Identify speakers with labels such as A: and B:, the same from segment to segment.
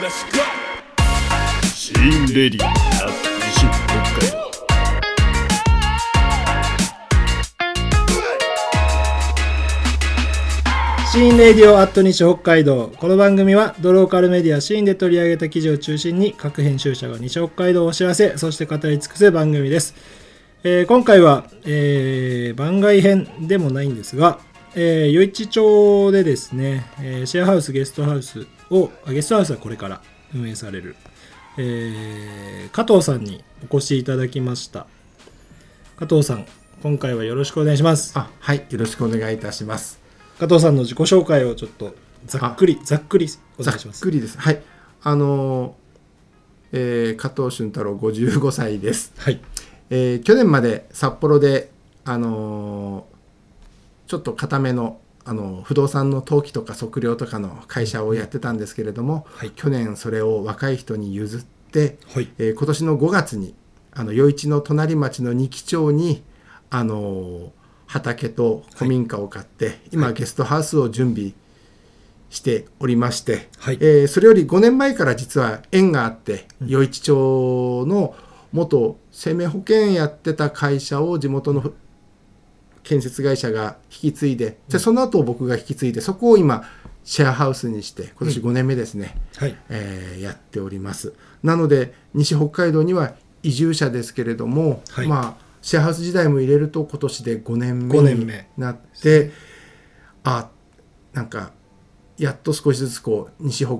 A: Let's go 新レディーアップ新北海道
B: シーンレディオアット西北海道この番組はドローカルメディアシーンで取り上げた記事を中心に各編集者が西北海道を知らせそして語り尽くす番組です、えー今回は、えー番外編でもないんですがえー余市町でですね、えーシェアハウスゲストハウスをあゲストハウスはこれから運営される、えー加藤さんにお越しいただきました加藤さん今回はよろしくお願いします
C: あはいよろしくお願いいたします
B: 加藤さんの自己紹介をちょっとざっくりざっくりお
C: ざ
B: 願
C: っ
B: いします。
C: くりですはいあのーえー加藤俊太郎55歳です、
B: はい
C: えー去年まで札幌であのーちょっと固めのあのー不動産の登記とか測量とかの会社をやってたんですけれども、
B: はい
C: 去年それを若い人に譲って、
B: はい
C: えー今年の5月にあの余市の隣町の二木町にあのー畑と古民家を買って、今ゲストハウスを準備しておりまして、
B: はい
C: えーそれより5年前から実は縁があって余市町の元生命保険やってた会社を地元の建設会社が引き継いででその後僕が引き継いでそこを今シェアハウスにして今年5年目ですね。
B: はい
C: えーやっておりますなので西北海道には移住者ですけれども、
B: はい
C: まあシェアハウス時代も入れると今年で5年目
B: 5年
C: に
B: 目
C: なってあなんかやっと少しずつこう西北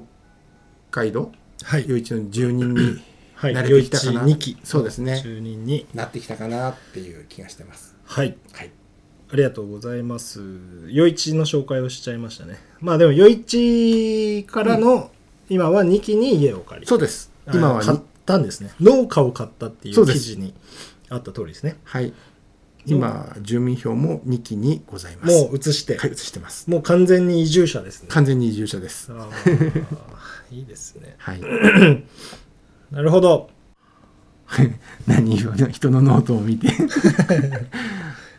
C: 海道
B: はい
C: 唯一の住人に
B: はい
C: 慣
B: 余
C: れてき
B: 市
C: たかな、
B: 2期
C: そうですね
B: 中人に
C: なってきたかなっていう気がしてます
B: はい
C: はい
B: ありがとうございます。余市の紹介をしちゃいましたね。まあでも余市からの、今は2期に家を借り
C: そうです
B: あ
C: 今は
B: 買っ
C: に
B: たんですね。農家を買ったってい
C: そううで
B: 記
C: す
B: 事にあった通りですね。
C: はい今住民票も2期にございます
B: もう移して、
C: はい移してます
B: もう完全に移住者ですね。
C: 完全に移住者です
B: あーいいですね。
C: はい
B: なるほど。
C: 何よ人のノートを見て、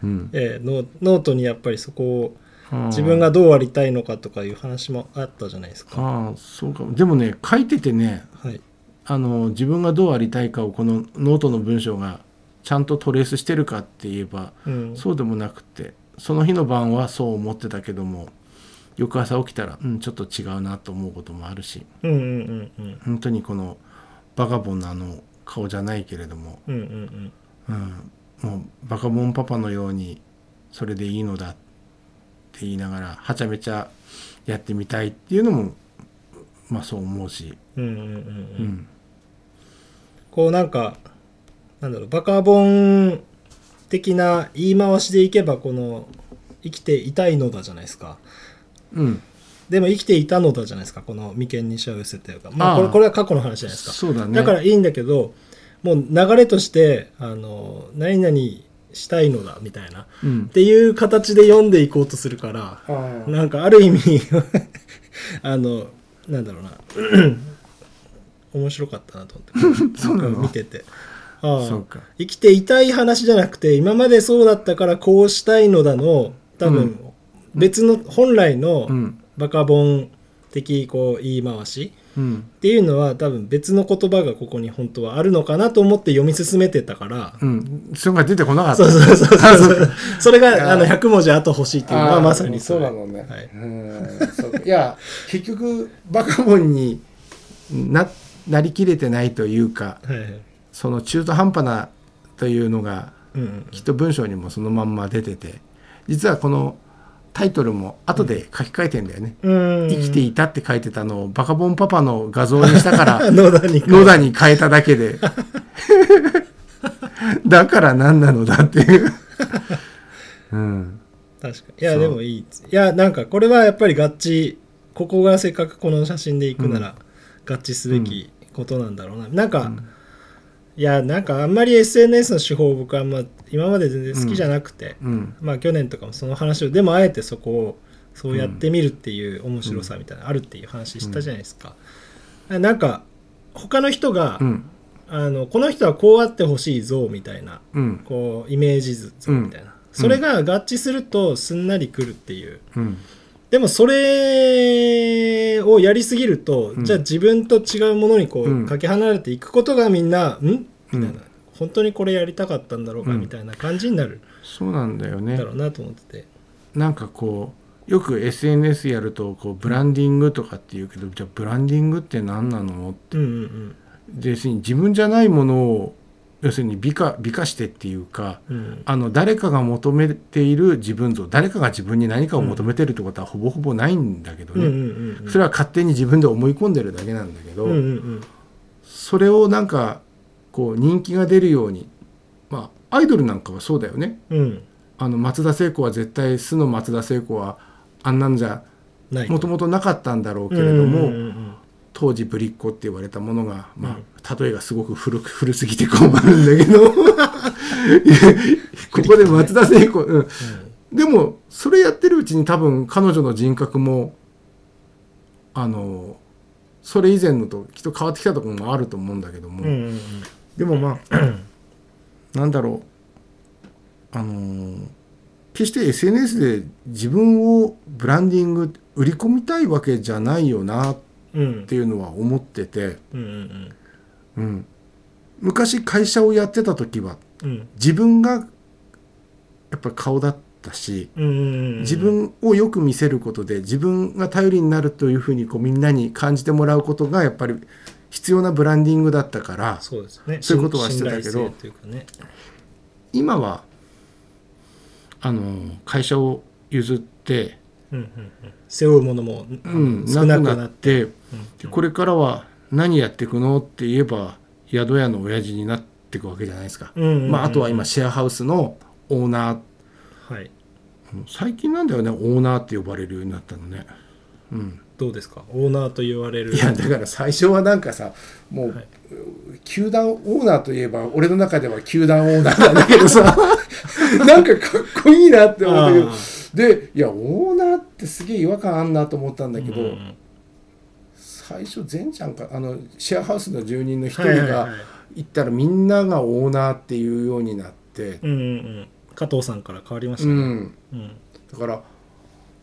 C: うん、
B: えーノノートにやっぱりそこを自分がどうありたいのかとかいう話もあったじゃないですか。
C: ああそうかもでもね書いててね
B: はい、
C: あの自分がどうありたいかをこのノートの文章がちゃんとトレースしてるかって言えば
B: うん、
C: そうでもなくてその日の晩はそう思ってたけども翌朝起きたら、うん、ちょっと違うなと思うこともあるし
B: うんうんうんうん
C: 本当にこのバカボンのあの顔じゃないけれども、
B: うんうんうん
C: うん、もうバカボンパパのようにそれでいいのだって言いながらはちゃめちゃやってみたいっていうのもまあそう思うし、
B: うんうんうん
C: う
B: うん
C: ん
B: こうなんかなんだろうバカボン的な言い回しでいけばこの生きていたいのだじゃないですか。
C: うん
B: でも生きていたのだじゃないですかこの眉間にしわ寄せというか、まあ、
C: ああ
B: これこれは過去の話じゃないですか。
C: そうだね
B: だからいいんだけどもう流れとしてあの何々したいのだみたいな
C: うん
B: っていう形で読んでいこうとするからなんかある意味 あのなんだろうな 面白かったなと思って
C: そうなの
B: 見ててああ
C: そうか
B: 生きていたい話じゃなくて今までそうだったからこうしたいのだの多分、
C: うん
B: 別の本来の
C: うん
B: バカボン的こう言い回し
C: うん
B: っていうのは多分別の言葉がここに本当はあるのかなと思って読み進めてたから、
C: うんそれが出てこなかった
B: そうそうそう
C: あ
B: そ
C: そう う。
B: それがあの100文字後欲しいっていうの
C: あ
B: は
C: ー
B: まさに
C: そう
B: れ
C: なのね、
B: はい
C: うんそうかいや結局バカボンにななりきれてないというか
B: はいはい。
C: その中途半端なというのが
B: うんうん
C: きっと文章にもそのまんま出てて実はこのタイトルも後で書き換えてんだよね、
B: うん。
C: 生きていたって書いてたのをバカボンパパの画像にした から
B: 野田に。
C: 野田に変えただけで だから何なのだっていう、うん、
B: 確かに。いや、
C: そう
B: でもいい。いや、なんかこれはやっぱり合致、ここがせっかくこの写真で行くなら合致すべきことなんだろうな。なんか、いや、なんかあんまり SNS の手法僕あんま今まで全然好きじゃなくて、
C: うん
B: まあ去年とかもその話を、でもあえてそこをそうやってみるっていう面白さみたいなのあるっていう話したじゃないですか。なんか、他の人が、
C: うん
B: あのこの人はこうあってほしいぞみたいな
C: うん
B: こうイメージ図みたいな、それが合致するとすんなりくるっていう
C: うん
B: でもそれをやりすぎると、
C: ん
B: じゃあ自分と違うものにこう、
C: うん
B: かけ離れていくことがみんな「ん?」みたいな、
C: うん
B: 本当にこれやりたかったんだろうか
C: うん
B: みたいな感じになる
C: そうなんだよね
B: だろうなと思ってて、
C: なんかこうよく SNS やるとこうブランディングとかって言うけどじゃあブランディングって何なの
B: うんうんうん
C: で要するに自分じゃないものを要するに美化美化してっていうか
B: うん
C: あの誰かが求めている自分像誰かが自分に何かを求めてるってことはほぼほぼないんだけど
B: うん
C: ね、
B: うんうんうん
C: それは勝手に自分で思い込んでるだけなんだけど、
B: うんうんうん
C: それをなんかこう人気が出るようにまあアイドルなんかはそうだよね
B: うん
C: あの松田聖子は絶対素の松田聖子はあんなんじゃ
B: ない
C: もともとなかったんだろうけれども、
B: うんうんうん
C: 当時ぶりっ子って言われたものが、まあ、例えがすごく古く古すぎて困るんだけどここで松田聖子、うん、でもそれやってるうちに多分彼女の人格もあのそれ以前のときっと変わってきたところもあると思うんだけども、
B: うんうんうん
C: でもまあなんだろうあのー決して SNS で自分をブランディング売り込みたいわけじゃないよなっ
B: うん
C: ていうのは思ってて、
B: うんうん
C: うん、昔会社をやってた時は
B: うん
C: 自分がやっぱ顔だったし
B: うんうん
C: 自分をよく見せることで自分が頼りになるというふうにこうみんなに感じてもらうことがやっぱり必要なブランディングだったから
B: そうですね
C: そういうことはしてたけど
B: 信頼性というかね
C: 今はあの会社を譲って、
B: うんうんうん背負うものもあ
C: う
B: の
C: ん、
B: 少な
C: な
B: く
C: く
B: な
C: な
B: っ
C: っててでこれからは何やっていくのって言えば宿屋の親父になっていくわけじゃないですか、
B: うんうんうん
C: まあ、あとは今シェアハウスのオーナー
B: はい
C: うん最近なんだよねオーナーって呼ばれるようになったのね、うん、
B: どうですかオーナーと言われる
C: いやだから最初はなんかさもう、
B: はい
C: 球団オーナーといえば俺の中では球団オーナーなんだけどさ なんかかっこいいなって思ったけど
B: あ
C: でいやオーナーってすげえ違和感あんなと思ったんだけど、
B: うん
C: 最初前ちゃんかあのシェアハウスの住人の一
B: はい
C: 人
B: はいはい
C: が行ったらみんながオーナーっていうようになって、
B: うんうんうん加藤さんから変わりまし
C: う
B: たね
C: ん、
B: うん
C: だから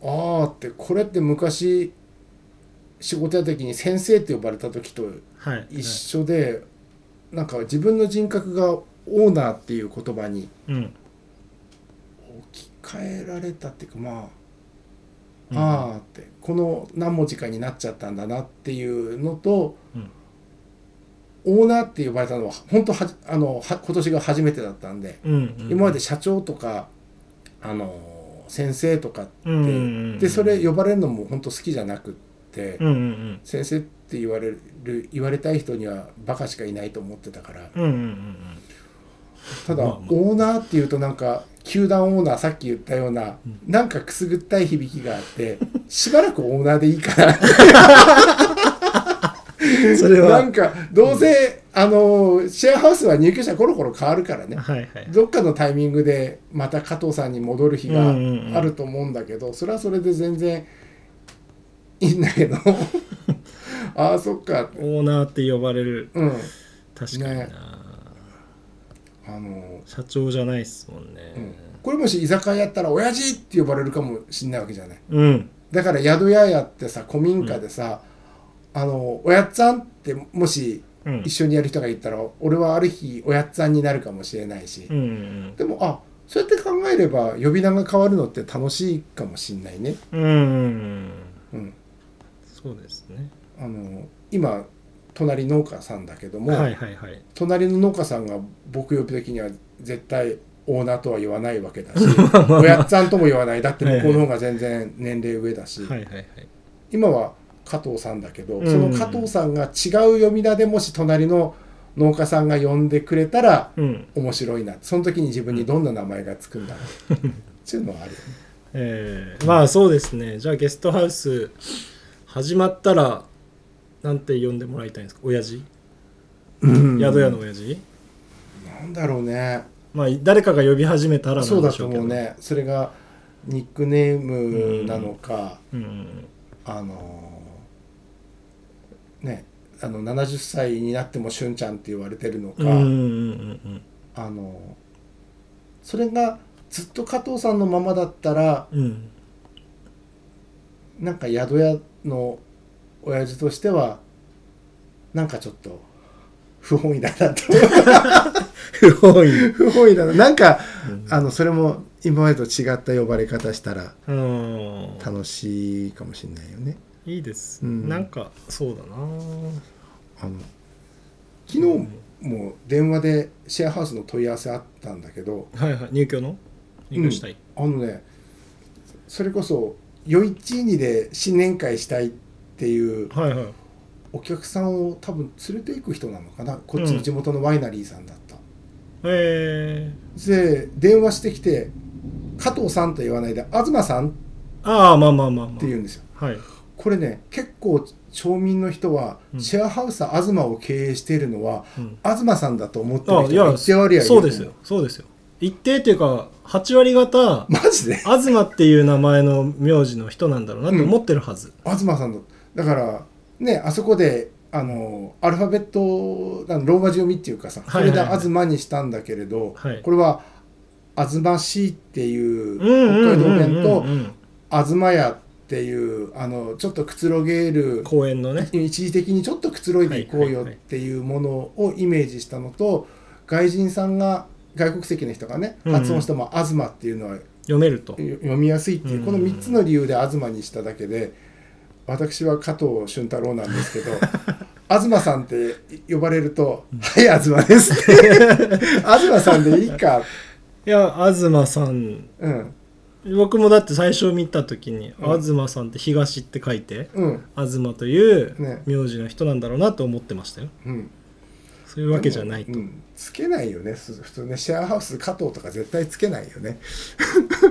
C: ああってこれって昔仕事やった時に先生って呼ばれた時と
B: はい
C: 一緒で、なんか自分の人格がオーナーっていう言葉に
B: うん
C: 置き換えられたっていうかまあ、
B: うん
C: ああってこの何文字かになっちゃったんだなっていうのと、
B: うん
C: オーナーって呼ばれたのは本当はじあのは今年が初めてだったんで、
B: うんうん
C: 今まで社長とかあの先生とかって、
B: うんうんうん
C: でそれ呼ばれるのも本当好きじゃなくって、
B: うんうん
C: 先生って言われる言われたい人にはバカしかいないと思ってたから
B: うんうんうんうん
C: ただ、
B: まあまあ
C: オーナーっていうとなんか球団オーナーさっき言ったような、なんかくすぐったい響きがあってしばらくオーナーでいいか な
B: うんそれは
C: なんかどうせ、あのシェアハウスは入居者コロコロ変わるからね
B: はいはい
C: どっかのタイミングでまた加藤さんに戻る日が
B: うんうんうん
C: あると思うんだけど、それはそれで全然いいんだけ どああそっか
B: オーナーって呼ばれる
C: うん
B: 確かに
C: ね
B: な
C: あの、
B: 社長じゃないっすもん
C: うん
B: ね
C: これもし居酒屋やったら親父って呼ばれるかもしんないわけじゃない
B: うん
C: だから宿屋やってさ古民家でさ、あのおやっさんってもし
B: うん
C: 一緒にやる人がいたら、俺はある日おやっさんになるかもしれないし、
B: うんうん
C: でもあそうやって考えれば呼び名が変わるのって楽しいかもしんないね
B: うんうんうん
C: うん
B: そうですね
C: あの今隣農家さんだけども、
B: はいはいはい
C: 隣の農家さんが僕呼ぶ時には絶対オーナーとは言わないわけだ し
B: まあ
C: おやっさんとも言わないだって向こうの方が全然年齢上だし、
B: はいはいはい
C: 今は加藤さんだけど、
B: うん
C: その加藤さんが違う呼び名でもし隣の農家さんが呼んでくれたら
B: うん
C: 面白いなその時に自分にどんな名前がつくんだ ろうっていうのはあるよね
B: えーまあそうですねじゃあゲストハウス始まったらなんて呼んでもらいたいんですか親父宿屋の親父
C: なんだろうね
B: まあ誰かが呼び始めたらなんでしょ
C: そうう
B: けど
C: だと思うねそれがニックネームなのか、
B: うんうん
C: あのーねあの70歳になってもしゅんちゃんって言われてるのか、
B: うんうんうんうん
C: あのーそれがずっと加藤さんのままだったら
B: うんうん
C: なんか宿屋の親父としてはなんかちょっと不本意だ なと
B: 不本意。
C: 不本意だななんか、あのそれも今までと違った呼ばれ方したら
B: うん。
C: 楽しいかもしれないよね
B: いいです。
C: うん
B: なんか、そうだな
C: あの昨日も電話でシェアハウスの問い合わせあったんだけど
B: はいはい。入居の入居したい。
C: あのねそれこそ余市にで新年会したいっていう
B: はいはい。
C: お客さんを多分連れていく人なのかなこっちの地元のワイナリーさんだった、
B: えー。
C: で電話してきて「加藤さん」と言わないで「東さん」っ
B: ああ、まあまあまあまあ。
C: て言うんですよ
B: はい。
C: これね結構町民の人は、
B: うん
C: シェアハウス東を経営しているのは、
B: うん
C: 東さんだと思って
B: あい
C: る人が
B: や、
C: 一割合いると
B: そ
C: 思
B: うですよ。そうですよ。一定っていうか、8割方、
C: マジで
B: 東っていう名前の名字の人なんだろうなって思ってるはず。
C: 東さんだだからねあそこであのアルファベットあのローマ字読みっていうかさそ
B: はい
C: れ
B: はい
C: で
B: はい
C: 東にしたんだけれど、
B: はい
C: これは「東しい」っていう
B: うんうん
C: 北海
B: う
C: 道
B: ん
C: 弁と
B: うんうん
C: 「東屋」っていうあのちょっとくつろげる
B: 公園のね。
C: 一時的にちょっとくつろいでいこうよっていうものをイメージしたのと外人さんが外国籍の人がね
B: うんうん
C: 発音しても「東」っていうのは
B: 読めると。
C: よ読みやすいっていう
B: うん
C: この3つの理由で東にしただけで私は加藤俊太郎なんですけど 東さんって呼ばれると「はい東です」って 東さんでいいか」
B: いや、東さん、
C: うん
B: 僕もだって最初見た時に、
C: うん
B: 東さんって東って書いて、
C: うん
B: 東という
C: ね
B: 名字の人なんだろうなと思ってましたよ。
C: うん
B: そういうわけじゃないと。
C: でもうんつけないよねす普通ねシェアハウス加藤とか絶対つけないよね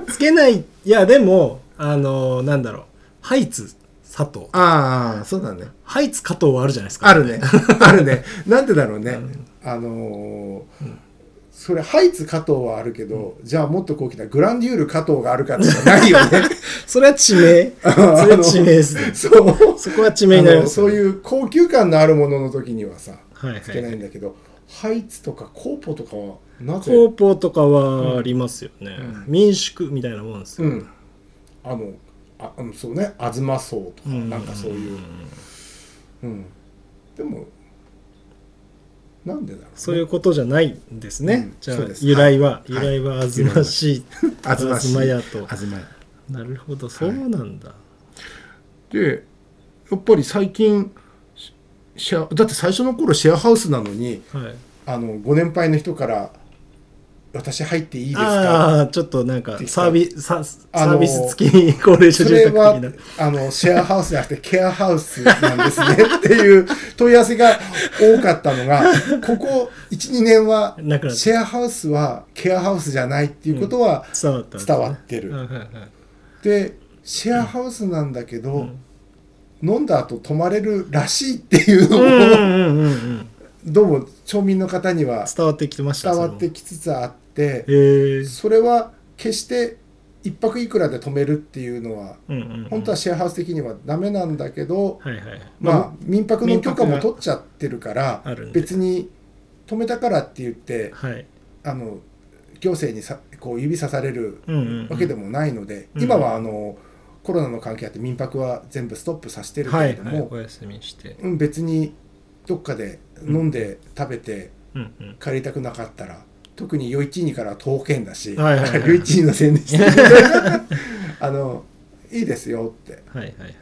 B: つけない、いや、でも、あのなんだろう、ハイツ佐藤。
C: ああそうだね
B: ハイツ加藤はあるじゃないですか。
C: あるね あるねなんでだろうねあのーそれハイツ加藤はあるけど、じゃあもっと高貴なグランデュール加藤があるかっていうのはないよね
B: それは地名。それは地名ですね。
C: そう
B: そこは地名になります、
C: あのそういう高級感のあるものの時にはさ
B: はい
C: つけな
B: はいい。
C: んだけど、ハイツとかコーポとかはなぜ
B: コーポとかはありますよね。
C: うん
B: 民宿みたいなもんですよ。
C: うん、あのああのそうね東荘と
B: う
C: か、
B: ん
C: なんかそういう、うん、でもなんでだろう、ね、
B: そういうことじゃないんですね。
C: うん
B: じゃあ
C: そうです
B: 由来は、
C: い
B: 由来はあずまし い。あずま
C: 東
B: や
C: 屋
B: と。
C: 東屋
B: なるほど、そうなんだ。
C: でやっぱり最近シシェアだって最初の頃シェアハウスなのに
B: はい。
C: あのご年配の人から「私入っていいですか?」
B: ああ、ちょっとなんか
C: できた
B: サービス、ササ
C: あの
B: ービス付き 高齢者
C: そ
B: 住宅
C: れ
B: 的
C: は
B: な。
C: あのシェアハウスじゃなくてケアハウスなんですねっていう問い合わせが多かったのが ここ12年は
B: なくなった
C: シェアハウスはケアハウスじゃないっていうことは
B: 伝わったんですね、
C: 伝わってる
B: はいはいはい
C: でシェアハウスなんだけど、
B: ん
C: 飲んだ後泊まれるらしいってい
B: う
C: う
B: ん
C: のを、
B: うんうんうん。
C: どうも町民の方には
B: 伝わってきてました。
C: 伝わって
B: き
C: きつつあって
B: へえ
C: それは決して一泊いくらで泊めるっていうのは
B: うんうんうん。
C: 本当はシェアハウス的にはダメなんだけど、
B: はいはい。
C: まあ、民泊の許可
B: 民泊
C: も
B: が
C: 取っちゃってるから
B: あるんで
C: 別に止めたからって言って
B: はい。
C: あの行政にさこう指さされる
B: うんうんうん
C: わけでもないので、
B: うん
C: 今はあのコロナの関係あって民泊は全部ストップさせてるけ
B: は
C: れ
B: い
C: ども、
B: はい。お休みして。
C: うん、別にどっかで飲んで食べて
B: うんうん。
C: 帰りたくなかったら、特に余市にから徒歩圏だし
B: はい はいはい
C: 余市にの宣伝して あのいいですよって
B: はいはいはい。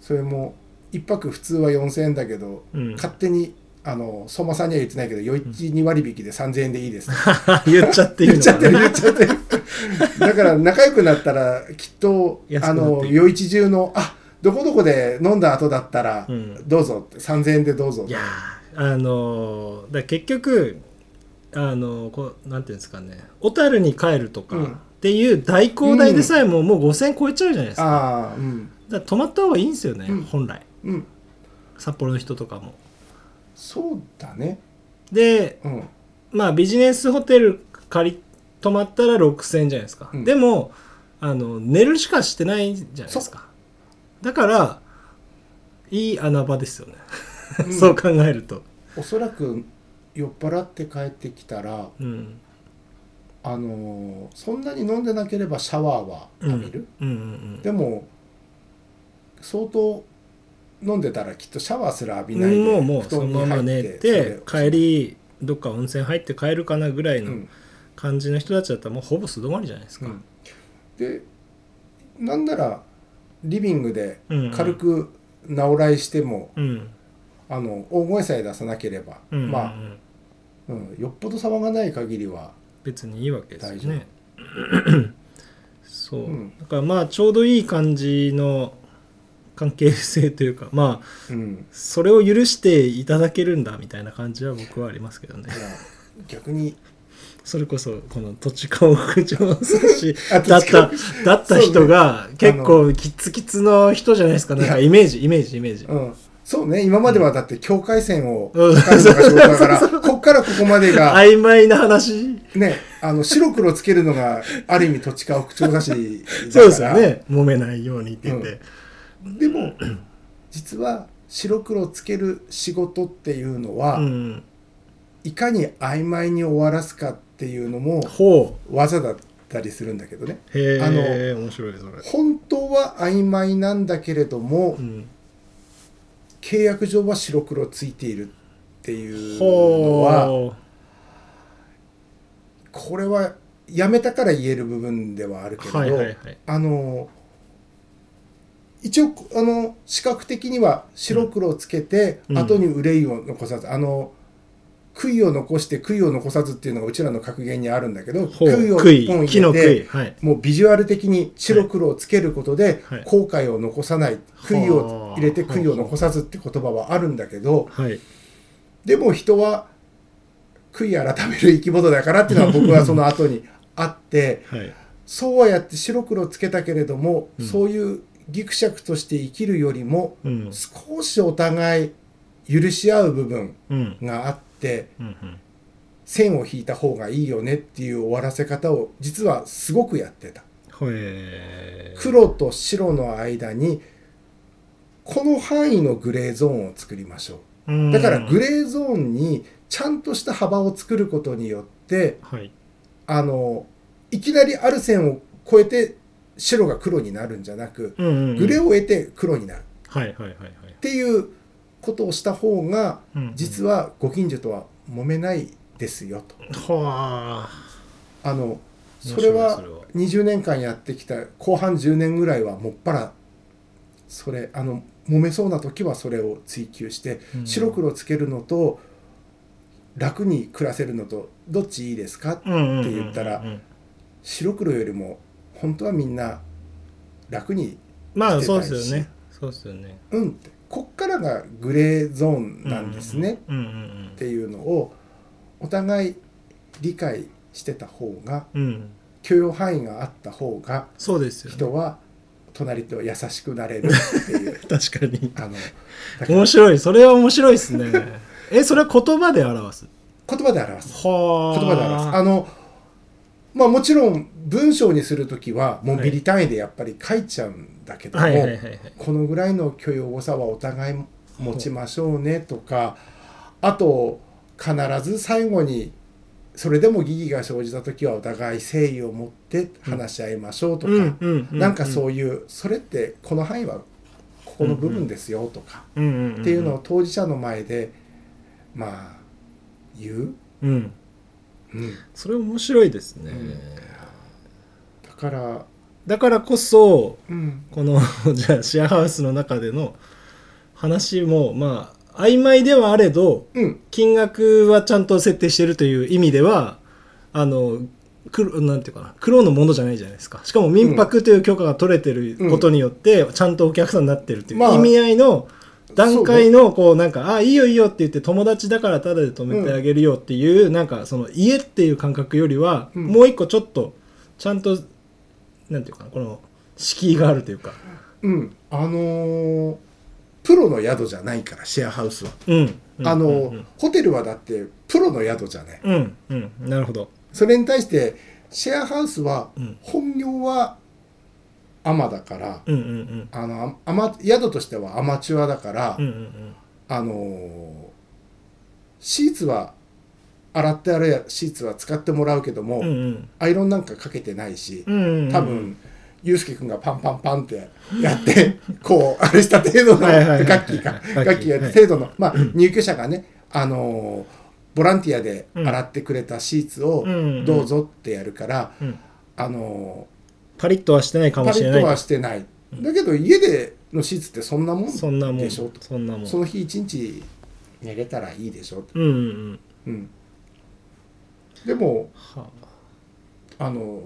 C: それも1泊普通は4000円だけど、
B: うん
C: 勝手にあの相馬さんには言ってないけど余市2割引きで3000円でいいです、
B: 言っちゃっていい
C: 言っ
B: の
C: ちゃ
B: か
C: ってる
B: な。
C: 言っちゃってるだから仲良くなったらきっと
B: 安
C: あ
B: くなっていく
C: の余市中のあどこどこで飲んだ後だったら、
B: うん
C: どうぞって3000円でどうぞっ
B: い
C: て
B: やーあのーだから結局あのーこうなんていうんですかね小樽に帰るとか
C: うん
B: っていう代行代でさえも、もう5000超えちゃうじゃないですか
C: ああうん
B: だから泊まった方がいいんですよね、
C: うん
B: 本来
C: うん
B: 札幌の人とかも
C: そうだね
B: で
C: うん
B: まあビジネスホテル借り泊まったら6000じゃないですか、
C: うん
B: でもあの寝るしかしてないじゃないですかだからいい穴場ですよね、
C: うん
B: そう考えると
C: おそらく酔っ払って帰ってきたら
B: うん
C: あのーそんなに飲んでなければシャワーは浴びる、
B: うんうんうん
C: でも相当飲んでたらきっとシャワーすら浴びないで
B: もうもう
C: 布
B: その
C: 団に
B: まま寝
C: 入って
B: て帰りどっか温泉入って帰るかなぐらい
C: それをう
B: の
C: ん
B: 感じの人たちだったらもうほぼ素泊まりじゃないですか、
C: うんでなんならリビングで
B: うん
C: 軽く直らいしても、
B: うん
C: あの大声さえ出さなければ、
B: うんうん
C: まあ、うん、よっぽど騒がない限りは
B: 別にいいわけですよ
C: 大丈
B: ね そう、
C: うん
B: だからまあちょうどいい感じの関係性というかまあ
C: うん
B: それを許していただけるんだみたいな感じは僕はありますけどね
C: いや逆に
B: それこそこの土地勘を口調し
C: あ
B: だっただった人が
C: そうね
B: 結構キツキツの人じゃないですかなんかイメージイメージイメージ
C: うん、そうね今まではだって境界線を
B: うん
C: 測るのが 仕事だから、こっからここまでが、
B: 曖昧な話
C: ね、あの白黒つける のがある意味土地か口調だしだ
B: そうですよね揉めないようにって言って、
C: でも実は白黒つける仕事っていうのは、
B: うん、
C: いかに曖昧に終わらすかっていうのも
B: ほ
C: 技だったりするんだけどね
B: うへ
C: あ
B: え面白いそれ、
C: 本当は曖昧なんだけれども、
B: うん、
C: 契約上は白黒ついているっていうのは
B: ほ
C: これはやめたから言える部分ではあるけれ
B: う
C: ど、
B: はいはいはい
C: あの一応あの視覚的には白黒つけて、
B: うん
C: 後に憂いを残さずあの杭を残して杭を残さずっていうのがうちらの格言にあるんだけど
B: ほう
C: 杭を
B: 杭
C: 一本
B: 木の
C: 入れ
B: 杭
C: て
B: はい
C: もうビジュアル的に白黒をつけることで、
B: はい
C: 後悔を残さない
B: はあ
C: 杭を入れて杭を残さずって言葉はあるんだけど
B: はい
C: でも人は杭改める生き物だからっていうのは僕はその後にあって。
B: はい
C: そうはやって白黒つけたけれども、
B: うん
C: そういうギクシャクとして生きるよりも、
B: うん
C: 少しお互い許し合う部分
B: うん
C: があって
B: うんうん
C: 線を引いた方がいいよねっていう終わらせ方を実はすごくやってた
B: ほえ
C: 黒と白の間にこの範囲のグレーゾーンを作りましょうだからグ
B: レ
C: レーゾーンにちゃんとした幅を作ることによって
B: はい
C: あのいきなりある線を越えて白が黒になるんじゃなく、
B: うんうんうん
C: グレを得て黒になるっ
B: はいはいはいはい
C: ていうことをした方が
B: うんうん
C: 実はご近所とは揉めないですよと。
B: はあ
C: あのそれは
B: 面白いそ
C: 20年間やってきた後半10年ぐらいはもっぱらそれあの揉めそうな時はそれを追求して
B: うん
C: 白黒つけるのと楽に暮らせるのとどっちいいですか
B: れはうんうんうんうん
C: って言ったら
B: うん
C: 白黒よりも本当はみんな楽に
B: まあ
C: 来て
B: そう
C: た
B: で
C: いし
B: すよねそうですよね
C: うんってこっからがグレーゾーンなんですね、
B: うんうん
C: っていうのをお互い理解してた方が
B: うんうん
C: 許容範囲があった方が
B: そうですよね
C: 人は隣と優しくなれるっ ていう
B: 確かに
C: あのだから
B: 面白いそれは面白いです ねえそれは言葉で表す
C: 言葉で表す
B: は
C: 言葉で表すあのまあもちろん文章にする時はもうビリ単位でやっぱり書いちゃうんだけども、
B: はいはいはいはい
C: このぐらいの許容誤差はお互い持ちましょうねとかあと必ず最後にそれでも疑義が生じた時はお互い誠意を持って話し合いましょうとか、
B: うんうんう
C: なんかそうういうそれってこの範囲はここの部分ですよとか、
B: うんうんうん
C: っていうのを当事者の前でまあ言う、
B: うん
C: うん
B: それ面白いですね
C: うんだから、
B: だからこそ
C: うん
B: この じゃあシェアハウスの中での話もまあ曖昧ではあれど
C: うん
B: 金額はちゃんと設定してるという意味ではあの黒なんていうかな黒のものじゃないじゃないですかしかも民泊という許可が取れてることによって、ちゃんとお客さんになってるっていう
C: まあ
B: 意味合いの段階のこうなんか「あいいよいいよ」って言って友達だからタダで止めてあげるよっていう、なんかその家っていう感覚よりは、
C: うん
B: もう一個ちょっとちゃんとなんていうかなこの敷居があるというか
C: うんあのープロの宿じゃないからシェアハウスは。
B: うんうん
C: あの、
B: うん
C: ホテルはだってプロの宿じゃない
B: うん、うんうんなるほど
C: それに対してシェアハウスは
B: うん
C: 本業はアマだから、
B: うんうんうん
C: あのアマ宿としてはアマチュアだから、
B: うんうんうん
C: あのーシーツは洗ってあるシーツは使ってもらうけども、
B: うんうん
C: アイロンなんかかけてないし
B: うんうんうん
C: 多分ユうスケ君がパンパンパンって やって、こう、あれした程度の、
B: はいはいはいはい
C: 楽器か、
B: ガッキー
C: 楽器やった程度の、まあ、入居者がね、あのーボランティアで洗ってくれたシーツを
B: うん
C: どうぞってやるから、
B: うん
C: あの
B: パリッとはしてないか
C: ー
B: も
C: パ
B: しれ
C: リッ
B: ない
C: とはしてない。だけど、家でのシーツってそんなもんでし
B: そ
C: ょ
B: んなもん
C: と
B: そんなもん
C: その日一日寝れたらいいでしょと
B: うんうんうん
C: うん、でも
B: はあ
C: あの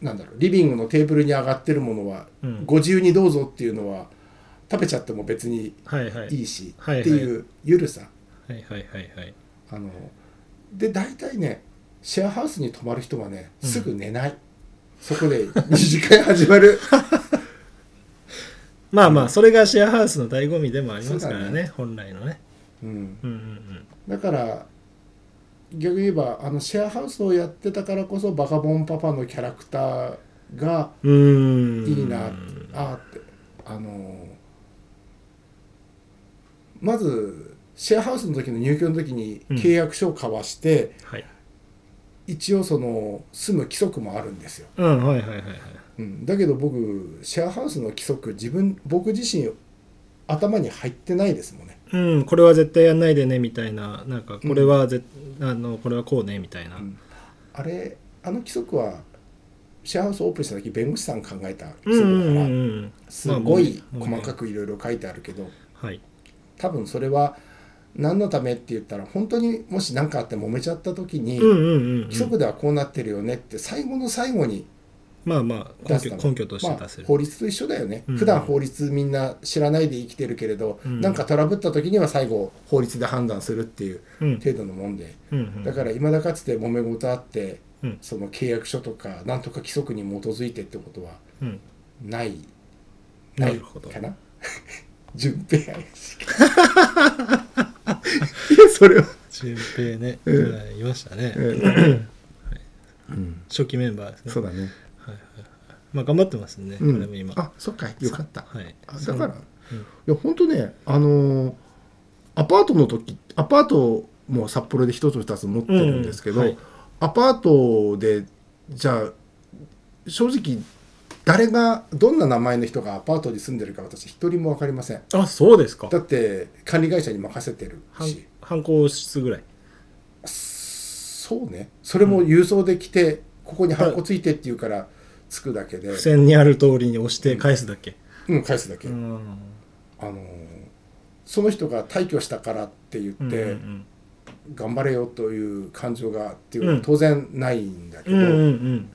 C: なんだろうリビングのテーブルに上がってるものは、
B: うん
C: ご自由にどうぞっていうのは食べちゃっても別に
B: はいはい
C: いいし、
B: はいはい
C: っていうゆるさ
B: はいはいはいはい
C: あので大体ねシェアハウスに泊まる人はねすぐ寝ない、そこで 二次会始 まる
B: まあまあそれがシェアハウスの醍醐味でもありますから
C: そう
B: ね
C: だ
B: 本来のね
C: うん
B: うんうん
C: だから逆に言えばあのシェアハウスをやってたからこそバカボンパパのキャラクターが
B: うんうーん
C: いいなあーってあのーまずシェアハウスの時の入居の時に
B: うん
C: 契約書を交わして、
B: はい
C: 一応その住む規則もあるんですよ、
B: うんはいはいはいはい
C: うん、だけど僕シェアハウスの規則自分僕自身頭に入ってないですもんね
B: うんこれは絶対やんないでねみたいななんかこれはぜ、あのこれはこうねみたいな、
C: うんあれあの規則はシェアハウスオープンした時弁護士さんが考えた規
B: うん
C: 則
B: うんう
C: だから
B: んうん
C: すごい
B: まあもうね
C: 細かくいろいろ書いてあるけど、
B: はい
C: 多分それは何のためって言ったら本当にもし何かあって揉めちゃった時に、
B: うんうんうん、うん
C: 規、則ではこうなってるよねって最後の最後に
B: まあまあ
C: 出
B: 根
C: すた
B: 拠
C: め
B: 根拠として出せ
C: まあ
B: る、
C: 法律と一緒だよね、
B: うん
C: 普段法律みんな知らないで生きてるけれど、
B: うん
C: なんかトラブった時には最後法律で判断するっていう
B: うん
C: 程度のもんで、
B: うんうん
C: だから今だかつて揉め事あって、
B: うん
C: その契約書とかなんとか規則に基づいてってことは
B: うん
C: ない
B: な
C: ない
B: るほど
C: かな 順平怪し いいやそれは
B: 純平ね、
C: うん
B: はいいましたね、
C: うん、
B: 初期メンバーですね
C: そうだね。
B: まあ頑張ってますね、
C: う
B: これも
C: ん
B: 今、
C: あ、そっか、よかった。
B: はい
C: あだから、
B: うん
C: いや、本当ね、あのーアパートの時、アパートも札幌で一つ二つ持ってるんですけど、
B: うんはい
C: アパートで、じゃあ、正直、誰が、どんな名前の人がアパートに住んでるか私、一人も分かりません。
B: あそうですか
C: だって、管理会社に任せてる
B: 犯
C: し、
B: 犯行室ぐらい
C: そうね、それも郵送で来て、ここにハンコついてって言うから、つくだけで
B: 付、箋にある通りに押して返すだけ、
C: うん、返すだけ。
B: うん
C: あのーその人が退去したからって言って、
B: うん
C: 頑張れよという感情がっていうの
B: う
C: は
B: ん
C: 当然ないんだけ
B: う
C: ど、
B: んうん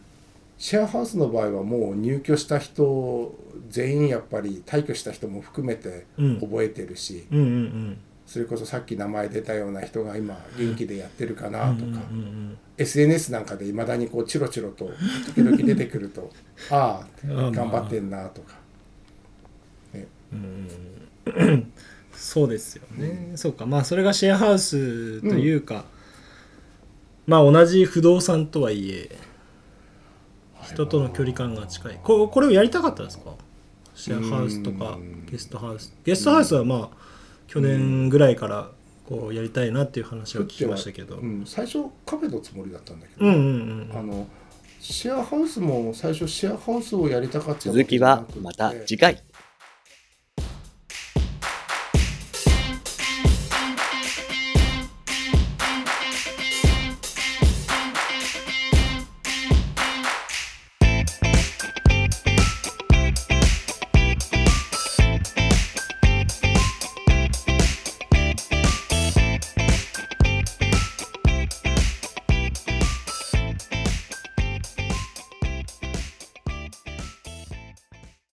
C: シェアハウスの場合はもう入居した人全員やっぱり退去した人も含めて
B: うん
C: 覚えてるし、
B: うんうんうん
C: それこそさっき名前出たような人が今元気でやってるか
B: う
C: なと
B: ん
C: か、
B: うんうん、
C: SNS なんかでいまだにこうチロチロと時々出てく るとああ
B: ああ
C: 頑張ってんなとか。
B: そうですよね、そうかまあそれがシェアハウスというか、まあ同じ不動産とはいえ人との距離感が近いここれをやりたかったんですかシェアハウスとか
C: うん
B: ゲストハウスゲストハウスはまあ去年ぐらいからこうやりたいなっていう話は聞きましたけど
C: うん最初カフェのつもりだったんだけど、
B: うんうん
C: あのシェアハウスも最初シェアハウスをやりたかった
D: 続きはまた次回。